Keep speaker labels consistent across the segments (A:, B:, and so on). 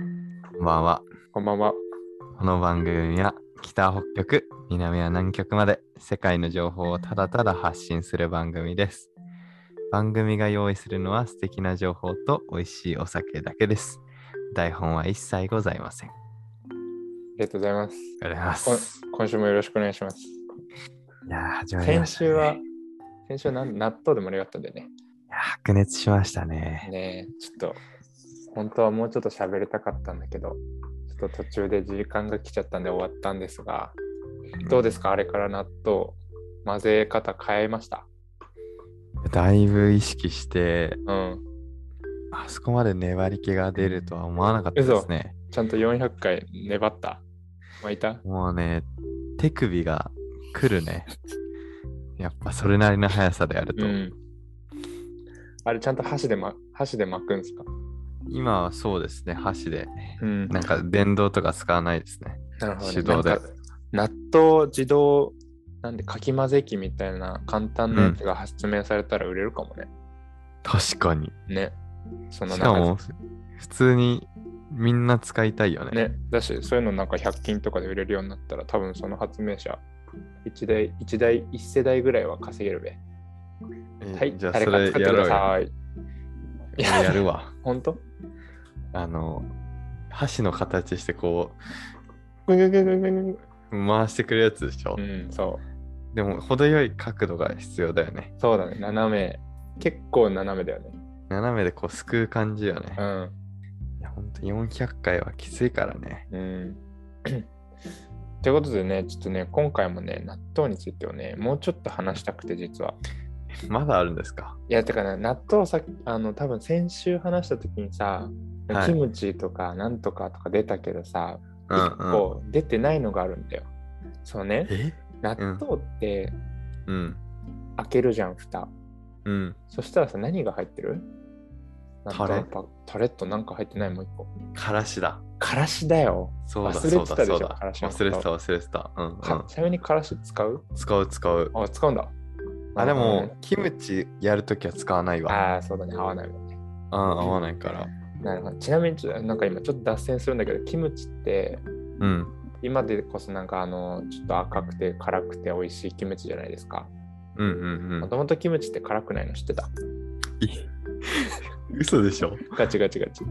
A: んばんは。
B: こんばんは。
A: この番組は北北極、南は南極まで世界の情報をただただ発信する番組です。番組が用意するのは素敵な情報と美味しいお酒だけです。台本は一切ございません。あ
B: ありがとうございます。
A: りがとうございます。
B: 今週もよろしくお願いします。
A: いやー、始まりま
B: 先
A: した、ね。
B: 週は、先週はなん納豆で盛り上がったんだよね。
A: いやー白熱しましたね。
B: ねえ、ちょっと、本当はもうちょっと喋りたかったんだけど、ちょっと途中で時間が来ちゃったんで終わったんですが、どうですか、あれから納豆、混ぜ方変えました。
A: だいぶ意識して、
B: うん。
A: あそこまで粘り気が出るとは思わなかったですね。
B: ちゃんと400回粘った。巻いた
A: もうね、手首が来るね。やっぱそれなりの速さでやると。
B: うん。あれ、ちゃんと箸で,、ま、箸で巻くんですか
A: 今はそうですね、箸で。
B: うん
A: なんか電動とか使わないですね。
B: なるほど、ね。
A: 手動で
B: なんか納豆自動なんでかき混ぜ機みたいな簡単なやつが発明されたら売れるかもね。
A: 確かに。
B: ね。その
A: しか
B: 中で
A: も、普通にみんな使いたいよね。
B: ね。だし、そういうのなんか100均とかで売れるようになったら、多分その発明者、一代、一代、一世代ぐらいは稼げるべ。
A: え
B: はい、
A: じゃあ
B: 誰
A: そ
B: か
A: れ
B: 作って
A: や
B: くだ
A: ろうよ。
B: さい。い
A: 俺
B: や
A: やるわ。
B: 本当
A: あの、箸の形してこ
B: ぐぐぐぐぐぐ
A: う、回してくるやつでしょ。
B: うん、そう。
A: でも、程よい角度が必要だよね。
B: そうだね、斜め。結構斜めだよね。
A: 斜めでこう、すくう感じよね。
B: うん。
A: いや、ほんと400回はきついからね。
B: うん。ということでね、ちょっとね、今回もね、納豆についてをね、もうちょっと話したくて、実は。
A: まだあるんですか
B: いや、てかね、納豆さ、あの、多分先週話した時にさ
A: はい、
B: キムチとかなんとかとか出たけどさ、
A: うん
B: 結
A: うん。
B: 構出てないのがあるんだよ。そうね、
A: え
B: 納豆って
A: うん。
B: 開けるじゃん、蓋。
A: うん。
B: そしたらさ、何が入ってる
A: タレ
B: 納豆のパタレとなんか入ってないもう一個。
A: からしだ。
B: からしだよ。
A: そうだ、
B: 忘れ
A: そう
B: てた
A: だ、
B: でし
A: そ
B: ょ
A: うだ。
B: からしのこ
A: 忘
B: と
A: れてた、忘れてた。うんう
B: か
A: ん。
B: ちなみにからし使う
A: 使う、使う。
B: あ、使うんだ。
A: あ、で
B: なるほどね
A: も、キムチやるときは使わないわ。
B: ああ、そうだね、合わないもんね。
A: うん、合わないから。
B: なるほど。ちなみにちょ、なんか今ちょっと脱線するんだけど、キムチって、
A: うん。
B: 今でこそなんかあの、ちょっと赤くて辛くて美味しいキムチじゃないですか。
A: うんうんう
B: も
A: ん
B: ともとキムチって辛くないの知ってた。
A: い。 嘘でしょ
B: ガチガチガチ。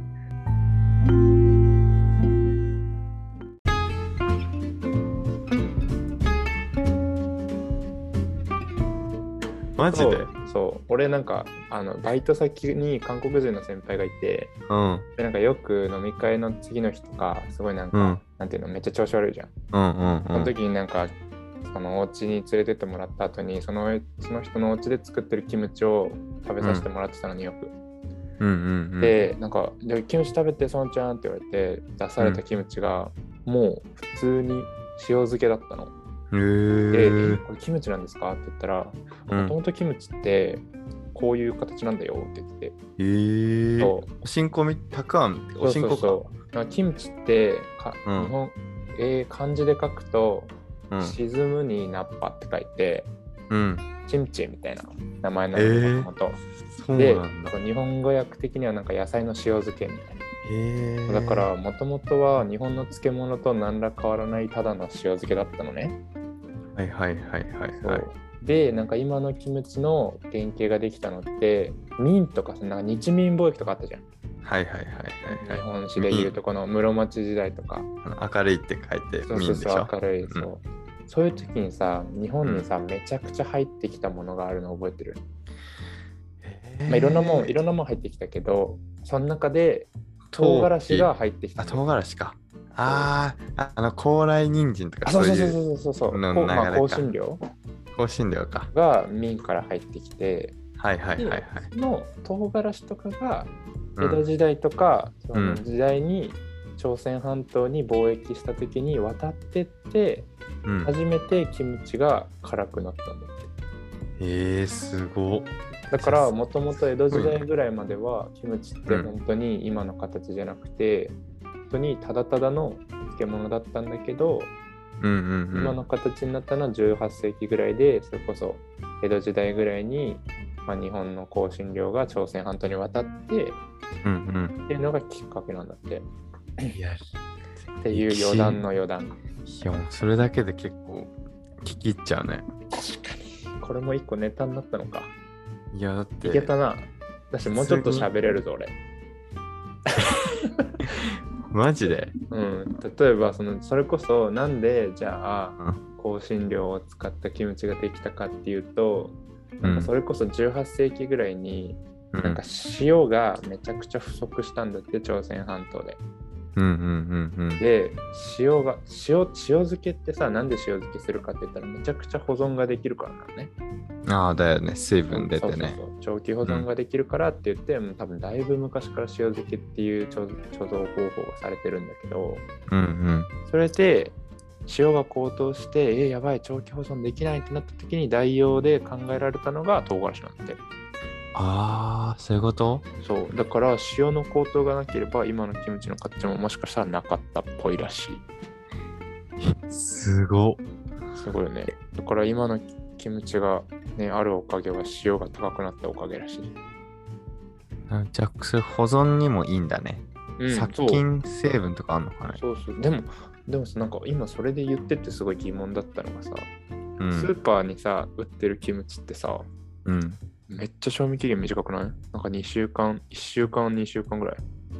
A: マジで
B: そうそう。俺なんか、あの、バイト先に韓国人の先輩がいて、
A: うん。
B: でなんかよく飲み会の次の日とか、すごいなんか、
A: うん。
B: なんていうの、めっちゃ調子悪いじゃん。
A: うんうん
B: その
A: うん。
B: 時になんか、そのお家に連れてってもらった後にそのその人のお家で作ってるキムチを食べさせてもらってたのによく、
A: うんうんうん。
B: で、なんか、じゃあキムチ食べて、そのちゃんって言われて、出されたキムチが、もう普通に塩漬けだったの。
A: へ
B: で、え
A: ー
B: これキムチなんですかって言ったら、も
A: う
B: と
A: ん
B: もとキムチって、こういう形なんだよって言ってて、
A: えー。
B: そう
A: おしんこみ、たくあん、おしん
B: そう
A: こか。
B: そうそうなんかキムチってか、
A: うん
B: 日本、えー漢字で書くと、
A: うん
B: 沈むにナッパって書いて、
A: うん。
B: チムチみたいな名前なの
A: えー
B: もとも
A: そう
B: とで、
A: なんだ。
B: 日本語訳的にはなんか野菜の塩漬けみたいな。
A: へー
B: だからもともとは日本の漬物と何ら変わらないただの塩漬けだったのね。
A: はいはいはいはい
B: そう
A: はい。
B: でなんか今のキムチの原型ができたのって民とかさなんか日民貿易とかあったじゃん。
A: はいはいはいはい
B: 日
A: はい
B: 本史でいうとこの室町時代とか。
A: あの。明るいって書いて、
B: そう
A: みんで
B: そ
A: し
B: うそう
A: ょ。
B: 明るい、そう。そういう時にさ日本にさ、めちゃくちゃ入ってきたものがあるの覚えてる、
A: へー
B: まあ、いろんなもんいろんなもん入ってきたけどその中で唐辛子が入ってきた
A: あ、唐辛子か。ああ、あの、高麗人参とか
B: あそ
A: そうう
B: そう
A: い
B: そう
A: う
B: そうそうそうこう
A: の
B: まあ
A: 流れか
B: 香辛料
A: 香辛料か。
B: が民から入ってきて、
A: はいはいはいはい。
B: その唐辛子とかが
A: う
B: 江戸
A: ん
B: 時代とか、そ
A: うん
B: の時代に朝鮮半島に貿易した時に渡ってって
A: うん
B: 初めてキムチが辛くなったんだって
A: えー、すごっ。
B: だからもともと江戸時代ぐらいまではキムチって本当に今の形じゃなくて本当にただただの漬物だったんだけど
A: うんうんうん。
B: 今の形になったのは18世紀ぐらいでそれこそ江戸時代ぐらいに、まあ、日本の香辛料が朝鮮半島に渡ってっ
A: うん
B: ていうのがきっかけなんだって
A: うん。いや、
B: っていう余談の余談。
A: いやもうそれだけで結構聞き入っちゃうね
B: これも一個ネタになったのか。
A: いやだって
B: いけたな。私もうちょっと喋れるぞ、俺。
A: マジで
B: うん、例えばそのそれこそなんでじゃ
A: う
B: あ香辛料を使ったキムチができたかっていうと、なんかそれこそ18世紀ぐらいに
A: うん
B: なんか塩がめちゃくちゃ不足したんだって朝鮮半島で。
A: うんうんうんうん
B: で塩が塩塩漬けってさなんで塩漬けするかって言ったらめちゃくちゃ保存ができるからなのね。
A: ああだよね水分出てね
B: そうそうそう長期保存ができるからって言って、もう多分だいぶ昔から塩漬けっていう貯貯蔵方法がされてるんだけど。
A: うん
B: それで塩が高騰して、えやばい、長期保存できないってなった時に代用で考えられたのが唐辛子なんだって。
A: ああそういうこと
B: そう、だから塩の高騰がなければ今のキムチの形ももしかしたらなかったっぽいらしい。
A: すご
B: すごいよね。だから今のキムチが、ね、あるおかげは塩が高くなったおかげらしい。
A: あじゃあそれ保存にもいいんだね、
B: うん、
A: 殺菌成分とかあんのかね
B: そうそうそう。でも、でもさなんか今それで言っててすごい疑問だったのがさ、
A: う
B: ス
A: ん
B: ーパーにさ、売ってるキムチってさ、
A: うん
B: めっちゃ賞味期限短くないなんか2週間、1週間、2週間ぐらい。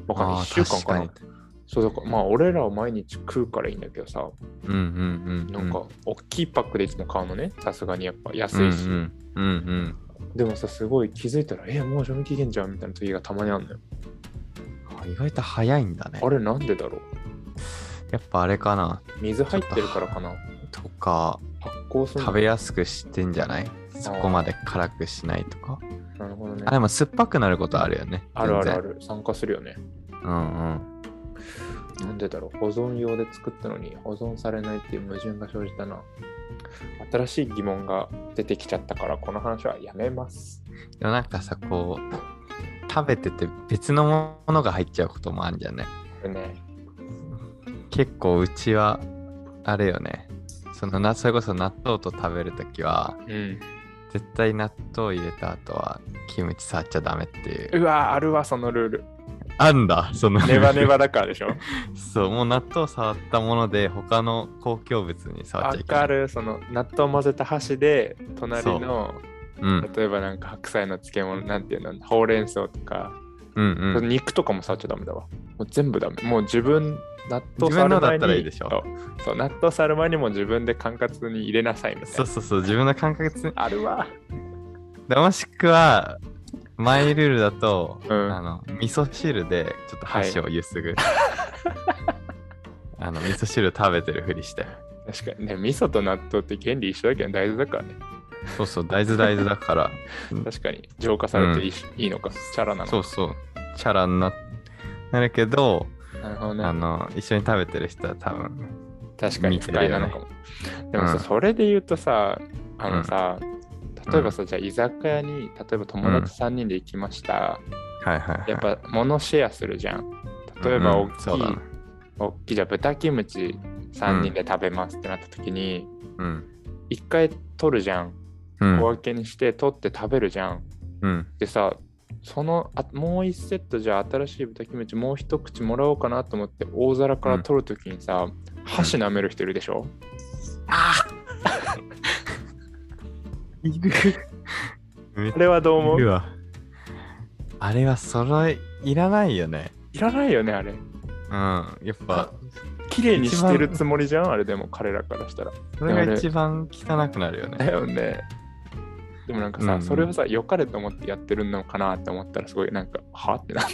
B: わかんない。
A: あ
B: 1
A: あ
B: 週間かな
A: 確
B: そうだから、まあ俺らは毎日食うからいいんだけどさ、
A: うんうんうん
B: なんか大きいパックでいつも買うのね。さすがにやっぱ
A: うん
B: 安
A: う
B: いし。
A: んうんうん
B: でもさ、すごい気づいたら、え、もう賞味期限じゃんみたいな時がたまにあるのよ。
A: あ意外と早いんだね
B: あれなんでだろう
A: やっぱあれかな
B: 水入ってるからかな
A: とか
B: 発酵するの
A: 食べやすくしてんじゃないそこまで辛くしないとか
B: なるほどね
A: あ。でも酸っぱくなることあるよね
B: あるあるあ
A: る
B: る。酸化するよね。
A: うんうん
B: なんでだろう保存用で作ったのに保存されないっていう矛盾が生じたな。新しい疑問が出てきちゃったからこの話はやめます。
A: でもなんかさこう食べてて別のものが入っちゃうこともあるんじゃね
B: これね、
A: 結構うちはあれよねそのなそれこそ納豆と食べるときは
B: うん、
A: 絶対納豆入れた後はキムチ触っちゃダメっていう
B: うわあるわそのルー ル。
A: あんだその
B: ネバネバだからでしょ。
A: そうもう納豆触ったもので他の公共物に触っ
B: わ
A: ちゃいけない
B: かるその納豆混ぜた箸で隣の
A: うん
B: 例えばなんか白菜の漬物なんていうのほうれん草とか、
A: うんうん
B: 肉とかも触っちゃダメだわ。もう全部ダメ。もう自分納豆
A: 自分
B: 触
A: の
B: る前に
A: だったらいいでしょ
B: そうそう納豆触る前にも自分で管轄に入れなさいみたいな。
A: そうそうそう自分の感覚つ
B: あるわ。
A: だもしくはマイルールだと、
B: うん
A: あの味噌汁でちょっと箸をゆす ぐ、あの味噌汁食べてるふりして
B: 確かにね、味噌と納豆って原理一緒だけど大豆だからね。
A: そうそう大豆大豆だ から
B: 確かに浄化されていい,、いいのか、チャラなの
A: そう
B: か。
A: そうチャラにななるけど、
B: なるほど
A: あ
B: ね。
A: の一緒に食べてる人は多分
B: 確かに
A: 見て
B: 不快
A: るよ
B: な
A: ね
B: のかも。でもさ、
A: うん
B: それで言うとさ、あのさ、例えばさ、じゃあ居酒屋に、例えば友達3人で行きました。
A: はいはい、はい、
B: やっぱ物シェアするじゃん。例えば
A: う
B: 大
A: ん
B: きい、
A: そうだね
B: 大きいじゃあ豚キムチ3人で食べますってなった時に、
A: うん
B: 1回取るじゃん。
A: うん
B: 小分けにして取って食べるじゃん。
A: うん
B: でさそのあもう1セットじゃあ新しい豚キムチもう一口もらおうかなと思って大皿から取るときにさ、箸舐める人いるでしょ、
A: いるめっ
B: あれはどう思
A: いうる
B: い
A: わあれはそれいらないよね
B: らないよねあれ
A: うんやっぱ
B: 綺麗にしてるつもりじゃんあれでも彼らからしたら
A: それが一番汚くなるよね
B: だよねでもなんか
A: うん
B: さ、
A: うん
B: それをさ良かれと思ってやってるのかなって思ったらすごいなんかはってなん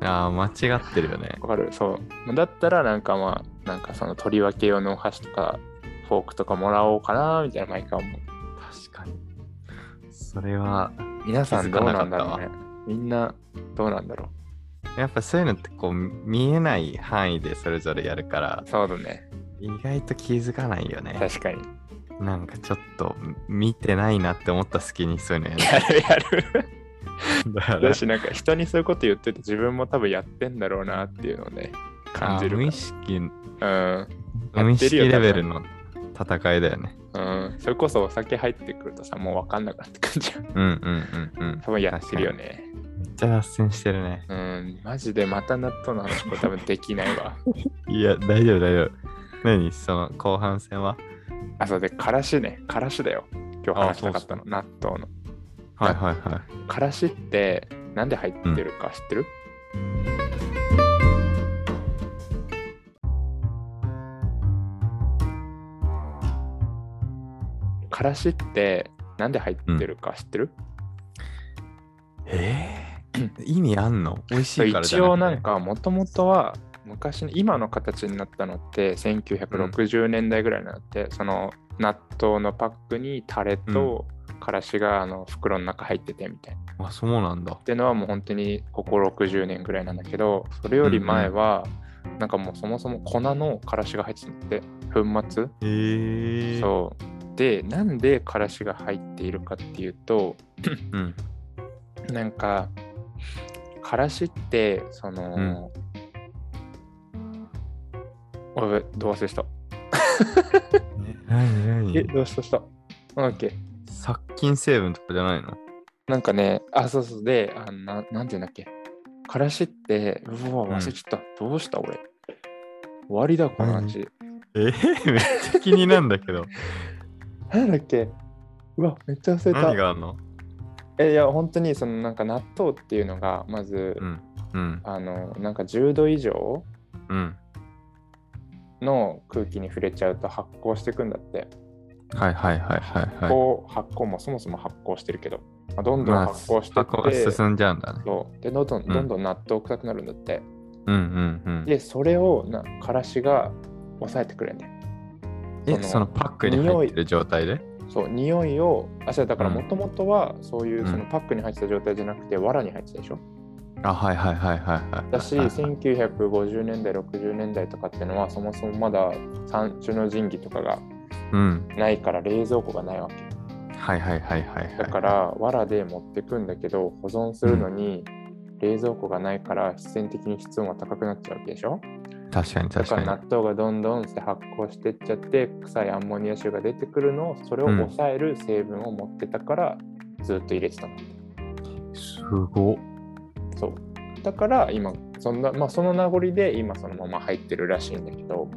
B: で
A: ああ、間違ってるよね。
B: わかるそうだったらなんかまあなんかその取り分け用のお箸とかフォークとかもらおうかなみたいな毎回思う
A: 確かに。それは、
B: 皆さんどうなんだろう
A: 気づ
B: ね。みんなどうなんだろ
A: やっぱそういうのってこう、見えない範囲でそれぞれやるから
B: う。、そうだね。
A: 意外と気づかないよね。
B: 確かに。
A: なんかちょっと、見てないなって思った隙にそういうのやる。
B: やるやる。
A: だか
B: だし、なんか人にそういうこと言ってて自分も多分やってんだろうなっていうのをね、感
A: あ
B: じ
A: ー
B: る
A: 無意識、
B: から。やってるよ
A: 無意識レベルの戦いだよね。
B: うん。うん。それこそ お酒入ってくるとさ、もう分かんなくなってくるじゃん。
A: うんうんうんうん。
B: 多分やってるよね。
A: めっちゃ脱線してるね。
B: うん、マジでまた納豆の話これ多分できない わ。
A: いや、大丈夫、大丈夫。何その後半戦は
B: あ、そうで、からしね。からしだよ。今日話したかったの。
A: あ
B: 納豆の。
A: はいはいはい。
B: からしってなんで入ってるか知ってる、からしってなんで入ってるか知ってる、
A: えー、 意味あんの美味しいからじゃ
B: 一応
A: な
B: な
A: くて
B: んかもともとは昔の今の形になったのって1960年代ぐらいになって、その納豆のパックにタレとからしがあの袋の中入っててみたいな。
A: あ、そうなんだ
B: っ。てのはもう本当にここ60年ぐらいなんだけどそれより前はなんかもうそもそも粉のからしが入ってたんだって粉末、
A: えー。
B: そうでなんでからしが入っているかっていうと
A: うん。
B: なんかからしってその、おいどう忘れした
A: え何
B: え
A: 何
B: どうしたしたなんだっけ
A: 殺菌成分とかじゃないの
B: なんかねあそうそうであななんていうんだっけからしってうわ忘れちゃった、どうした俺終わりだこの話、
A: えー、めっちゃ気になるんだけ ど。
B: なんだっけうわ、めっちゃ忘
A: 何
B: れた。
A: があんの
B: えいや、本当にそのなんか納豆っていうのが、まず、
A: うん。うん。
B: あの、なんか10度以上
A: うん。
B: の空気に触れちゃうと発酵していくんだって。
A: はいはいはいはい、はい。
B: こう発酵もそもそも発酵してるけど、まあ、どんど
A: ま
B: ん
A: あ
B: 発酵して
A: 発
B: っ
A: 酵
B: て、
A: が進んじゃうんだね。
B: そうでどんどん
A: うん
B: どんどん納豆臭くなるんだって。
A: うんうんうん。
B: で、それをなからしが抑えてくれんね。
A: え、そのパックに入ってる状態で
B: そう、匂いを、あ、じゃだから
A: うん
B: もともとはそういううんそのパックに入ってた状態じゃなくて、藁に入ってたでしょ
A: あ、はいはいはいはいはい。
B: だし、1950年代、60年代とかっていうのは、そもそもまだ産地の神器とかが
A: うん。
B: ないから冷蔵庫がないわけ。
A: はいはいはいはい、はい。
B: だから、藁で持ってくんだけど、保存するのに冷蔵庫がないから、必然的に室温が高くなっちゃうわけでしょ
A: 確かに
B: だ
A: 確
B: か
A: からに。
B: 納豆がどんどんして発酵してっちゃって、臭いアンモニア臭が出てくるのを、それを
A: うん
B: 抑える成分を持ってたから、ずっと入れてたの。
A: すごっ。
B: そう。だから今そんな、まあ、その名残で今そのまま入ってるらしいんだけど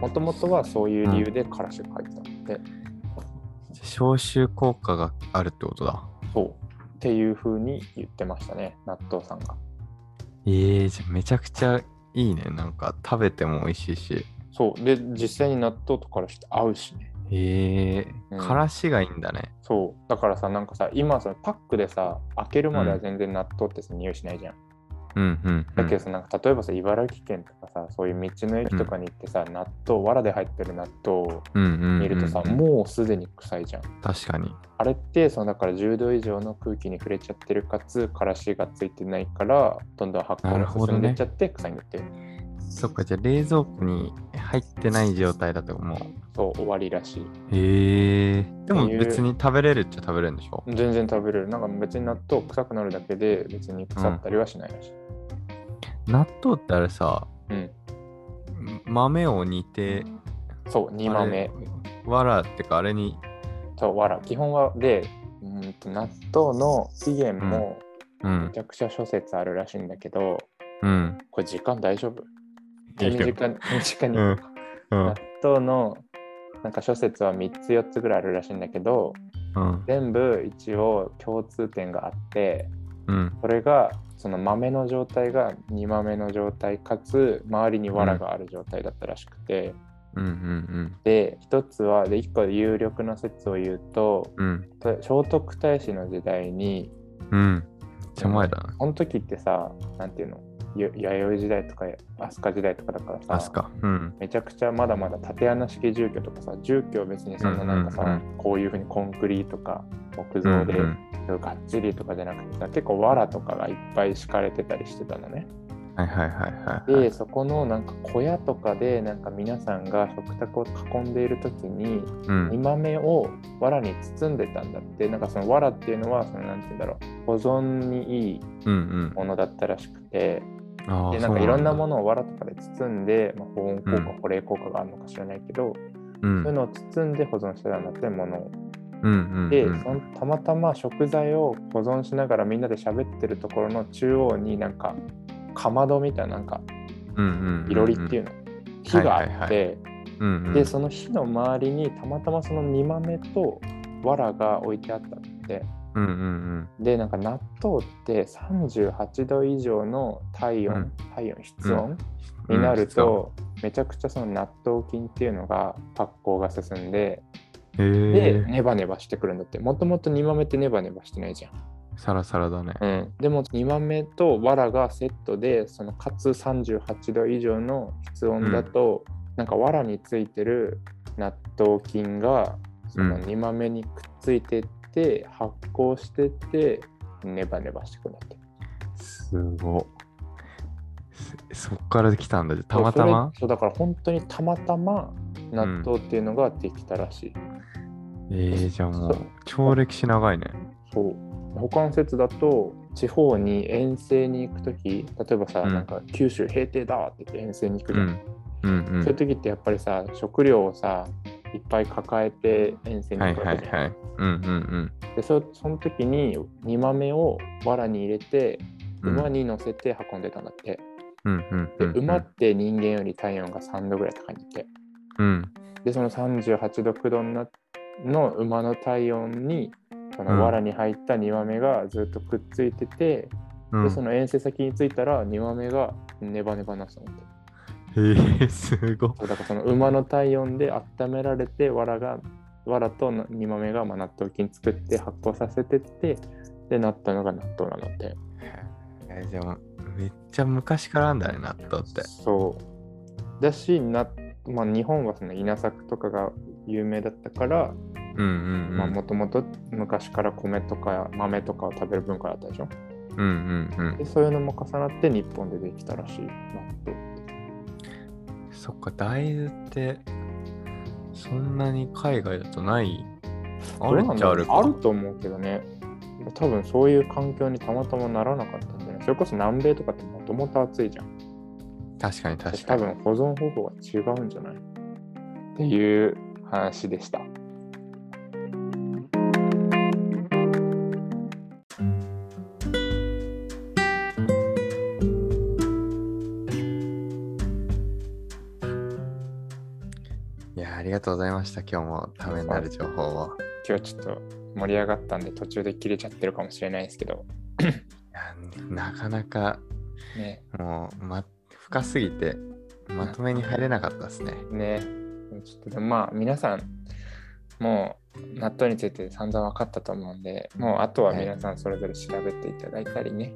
B: もともとはそういう理由でからしが入ってたんで、
A: 消臭効果があるってことだ。
B: そうっていう風に言ってましたね納豆さんが
A: ええじゃあめちゃくちゃいいね。なんか食べても美味しいし。
B: そうで実際に納豆とからしって合うしね
A: ええ
B: うん
A: からしがいいんだね。
B: そうだからさなんかさ今そのパックでさ開けるまでは全然納豆ってさ匂いしないじゃん、
A: うんうん、うん。
B: だけどさなんか例えばさ茨城県とかさそういう道の駅とかに行ってさ、納豆藁で入ってる納豆を
A: うんうんうんうん
B: 見るとさ、もうすでに臭いじゃん
A: 確かに。
B: あれってそのだから10度以上の空気に触れちゃってるかつからしがついてないからどんどん発酵
A: なる
B: が
A: ほ
B: 進
A: ど
B: んでっ
A: ね
B: ちゃって臭いんだって、
A: そっか、じゃあ冷蔵庫に入ってない状態だと思う。
B: そう終わりらしい
A: ええでも
B: そういう
A: 別に食べれるっちゃ食べれるんでしょ
B: 全然食べれるなんか別に納豆臭くなるだけで別に腐ったりはしないらしい、
A: 納豆ってあれさ、
B: うん
A: 豆を煮て、
B: そう煮
A: あ
B: 豆
A: れ。わらってか、あれに、
B: とわら基本はでうーんと納豆の起源も
A: う
B: め
A: ん
B: ち、ゃくちゃ諸説あるらしいんだけど、
A: うん。
B: これ時間大丈夫
A: いいよ
B: 短い短いに、
A: うんうん
B: 納豆のなんか諸説は3つ4つぐらいあるらしいんだけど、
A: うん
B: 全部一応共通点があって
A: うん
B: それがその豆の状態が煮豆の状態かつ周りに藁がある状態だったらしくて、
A: うんうん
B: で一つはで一個有力な説を言うと
A: うん
B: と聖徳太子の時代に
A: うんめっちゃ前だな
B: この時ってさなんていうのよ弥生時代とか飛鳥時代とかだからさ
A: あすかうん
B: めちゃくちゃまだまだ縦穴式住居とかさ住居は別にそんななんかさ、
A: うんうん
B: こういうふうにコンクリとか木
A: うんう
B: 造で
A: ん
B: がっちりとかじゃなくてさ結構藁とかがいっぱい敷かれてたりしてたのね
A: はいはいはいはいはい
B: でそこのなんか小屋とかでなんか皆さんが食卓を囲んでいる時に
A: うん
B: 煮豆を藁に包んでたんだってなんかその藁っていうのはそのなんて言うんだろう保存にいい
A: うん
B: ものだったらしくて
A: うんあ
B: で
A: ー
B: な
A: そ
B: ん
A: う
B: かいろんなも
A: の
B: のを藁とかで包んで、まあ、保温効
A: うん
B: 果保冷効果があるのか知らないけど、
A: う
B: そういうんのを包んで保存してたんだってものを
A: うんうん
B: で、
A: うん
B: そのたまたま食材を保存しながらみんなで喋ってるところの中央になんかかまどみたいななんか
A: うんうんうん
B: いろりっていうの、火があって、
A: はいうんうん
B: でその火の周りにたまたまその煮豆と藁が置いてあったって
A: うんうん
B: でなんか納豆って38度以上の体温、
A: うん
B: 体温室温、
A: うん
B: になると、めちゃくちゃその納豆菌っていうのが発酵が進んで
A: へ
B: で
A: え
B: ネバネバしてくるんだってもともと煮豆ってネバネバしてないじゃん
A: サラサラだね
B: うん、でも煮豆と藁がセットでそのかつ38度以上の室温だと、なんか藁についてる納豆菌がその
A: うん
B: 煮豆にくっついてって発酵してってネバネバしてくるんだって
A: すごっそそっから来たんだたまたま
B: それそうだから本当にたまたま納豆っていうのができたらしい、
A: ええじゃあも
B: そう
A: う超歴史長いね
B: そう他の説だと地方に遠征に行く時例えばさ、
A: うん
B: なんか九州平定だって言って遠征に行く
A: う
B: じゃん
A: んうんうん
B: そういう時ってやっぱりさ食料をさいっぱい抱えて遠征に
A: は
B: 行
A: い
B: く
A: は
B: わ
A: い
B: けじゃん
A: はいうんうん
B: でそその時に煮豆を藁に入れて
A: うん
B: 馬に乗せて運んでたんだって、
A: うんうん
B: で
A: うんうん
B: 馬って人間より体温が3度ぐらい高いんだって
A: うん
B: でその38度9度になの馬の体温にそ
A: うん
B: の藁に入った煮豆がずっとくっついてて、
A: うん
B: でその遠征先に着いたら煮豆がネバネバになってたんだって
A: へえすごっ
B: そうだからその馬の体温で温められて藁が藁と煮豆がまあ納豆菌作って発酵させてってでなったのが納豆なので
A: えーじゃあめっちゃ昔からあんだね納豆って
B: そうだしな、まあ、日本はその稲作とかが有名だったから
A: うんうんう
B: も
A: ん
B: ともと昔から米とか豆とかを食べる文化だったでしょ
A: うんうんうん
B: でそういうのも重なって日本でできたらしい納豆
A: そっか大豆ってそんなに海外だとないあるっちゃある
B: あると思うけどね多分そういう環境にたまたまならなかったんじゃないそれこそ南米とかってもともと暑いじゃん
A: 確かに確か
B: 多
A: に
B: 分保存方法が違うんじゃないっていう話でした。
A: いやありがとうございました今日もためになる情報を
B: 今日ちょっと盛り上がったんで途中で切れちゃってるかもしれないですけど、
A: いやなかなか
B: ね、
A: もう、ま、深すぎてまとめに入れなかったですね
B: ね、ちょっとでもまあ皆さん、もう納豆について散々分かったと思うんで、もうあとは皆さんそれぞれ調べていただいたりね。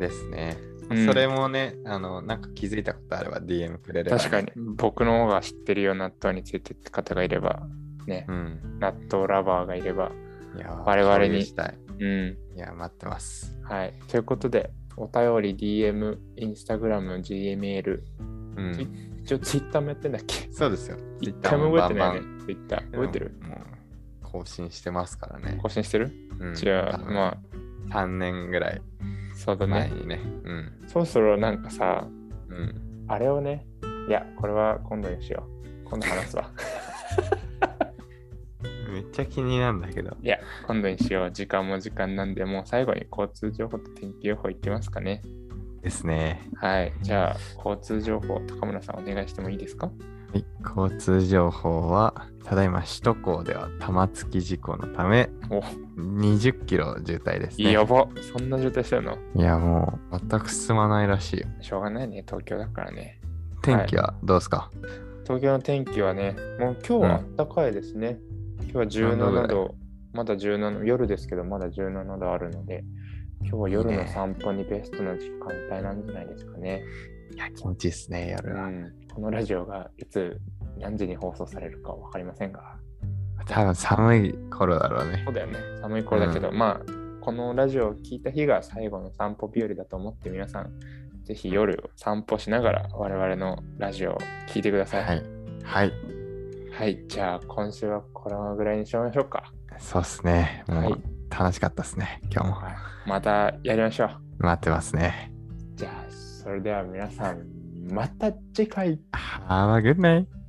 A: ですね、
B: うん
A: それもねあのなんか気づいたことあれば DM くれれば、
B: 確かに、僕の方が知ってるよ納豆についてって方がいれば、ね、
A: うん
B: 納豆ラバーがいれば、
A: いや
B: 我々に
A: 共有したい
B: うん、
A: いや待ってます
B: はい。ということで、お便り、DM、インスタグラム、Gmail、
A: うん
B: 一応ツイッターもやってんだっけ
A: そうですよ
B: 一回も覚えてないね
A: Twitter。
B: ツイッター。覚えてる
A: もう更新してますからね、
B: 更新してる
A: うん
B: じゃあ、
A: 多分
B: ま
A: 3年ぐらい
B: あ、そうだ
A: 前
B: ね。
A: にねうん
B: そろそろなんかさ、
A: うん
B: あれをね、いや、これは今度にしよう。今度 話すわ。
A: めっちゃ気になるんだけど
B: いや、今度にしよう。時間も時間なんで、もう最後に交通情報と天気予報いってますかね。
A: ですね
B: はい。じゃあ、交通情報、高村さんお願いしてもいいですか
A: はい、交通情報はただいま首都高では玉突き事故のため
B: お
A: 20キロ渋滞ですね
B: やば。そんな状態してるの
A: いやもう全く進まないらしいよ
B: しょうがないね、東京だからね。
A: 天気はどうですか、
B: 東京の天気はね、もう今日は暖かいですね。今日は17
A: 何度
B: 度、まだ17、夜ですけど、まだ17度あるので、今日は夜
A: いい
B: の
A: ね
B: 散歩にベストな時間帯なんじゃないですかね。
A: い、や気持ちいいですね夜は、
B: うんこのラジオがいつ何時に放送されるかわかりませんが、
A: 多分寒い頃だろうね
B: そうだよね、寒い頃だけど、まあ、このラジオを聞いた日が最後の散歩日和だと思って、皆さん、ぜひ夜散歩しながら我々のラジオを聞いてください。
A: はいはい
B: はい、じゃあ今週はこれぐらいにしましょうか。
A: そうっすね
B: は
A: も、
B: いう
A: 楽しかったですね今日も
B: またやりましょう。
A: 待ってますね
B: じゃあ、それでは皆さん、また次回。
A: Have a good night